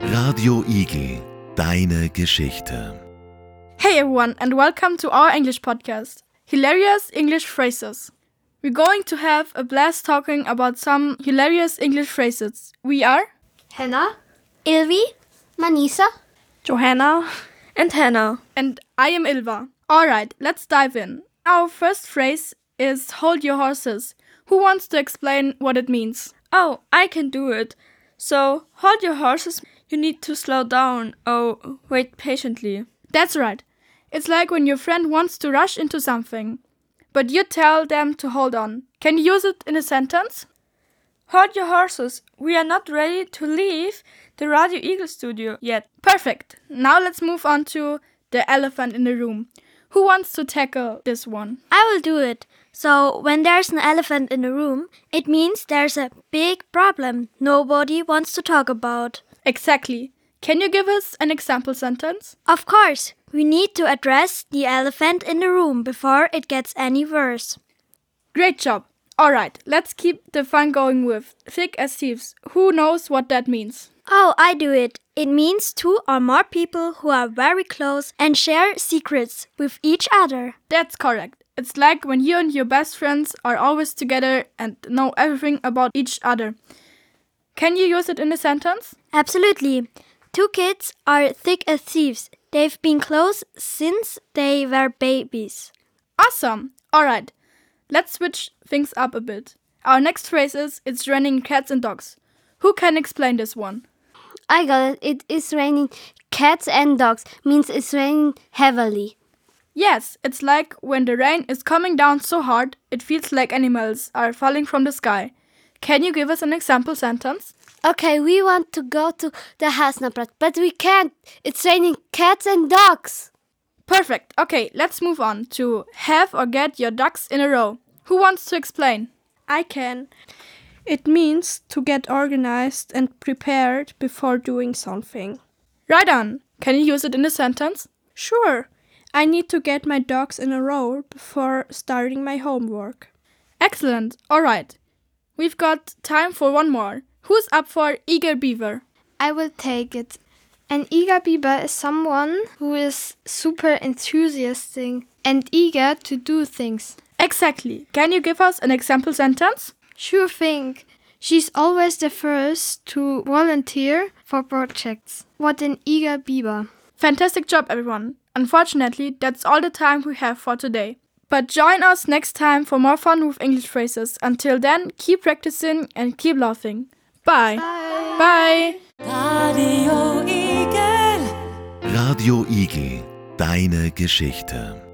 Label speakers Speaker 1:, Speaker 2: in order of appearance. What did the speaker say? Speaker 1: Radio Igel, deine Geschichte.
Speaker 2: Hey everyone, and welcome to our English podcast, Hilarious English Phrases. We're going to have a blast talking about some hilarious English phrases. We are
Speaker 3: Hannah, Ilvi, Manisa.
Speaker 4: Johanna and Hannah.
Speaker 2: And I am Ilva. Alright, let's dive in. Our first phrase is hold your horses. Who wants to explain what it means?
Speaker 4: Oh, I can do it. So, hold your horses. You need to slow down. Oh, wait patiently.
Speaker 2: That's right. It's like when your friend wants to rush into something, but you tell them to hold on. Can you use it in a sentence?
Speaker 4: Hold your horses. We are not ready to leave the Radio Eagle studio yet.
Speaker 2: Perfect. Now let's move on to the elephant in the room. Who wants to tackle this one?
Speaker 5: I will do it. So, when there's an elephant in a room, it means there's a big problem nobody wants to talk about.
Speaker 2: Exactly. Can you give us an example sentence?
Speaker 5: Of course, we need to address the elephant in the room before it gets any worse.
Speaker 2: Great job. Alright, let's keep the fun going with thick as thieves. Who knows what that means?
Speaker 5: Oh, I do it. It means two or more people who are very close and share secrets with each other.
Speaker 2: That's correct. It's like when you and your best friends are always together and know everything about each other. Can you use it in a sentence?
Speaker 5: Absolutely. Two kids are thick as thieves. They've been close since they were babies.
Speaker 2: Awesome! Alright, let's switch things up a bit. Our next phrase is It's raining cats and dogs. Who can explain this one?
Speaker 3: I got it. It is raining cats and dogs. Means it's raining heavily.
Speaker 2: Yes, it's like when the rain is coming down so hard it feels like animals are falling from the sky. Can you give us an example sentence?
Speaker 3: Okay, we want to go to the Hasnabrat, but we can't. It's raining cats and dogs.
Speaker 2: Perfect. Okay, let's move on to have or get your ducks in a row. Who wants to explain?
Speaker 4: I can. It means to get organized and prepared before doing something.
Speaker 2: Right on. Can you use it in a sentence?
Speaker 4: Sure, I need to get my dogs in a row before starting my homework.
Speaker 2: Excellent. All right. We've got time for one more. Who's up for Eager Beaver?
Speaker 6: I will take it. An eager beaver is someone who is super enthusiastic and eager to do things.
Speaker 2: Exactly. Can you give us an example sentence?
Speaker 6: Sure thing. She's always the first to volunteer for projects. What an eager beaver.
Speaker 2: Fantastic job, everyone. Unfortunately, that's all the time we have for today. But join us next time for more fun with English phrases. Until then, keep practicing and keep laughing. Bye. Bye. Bye.
Speaker 1: Radio Igel, deine Geschichte.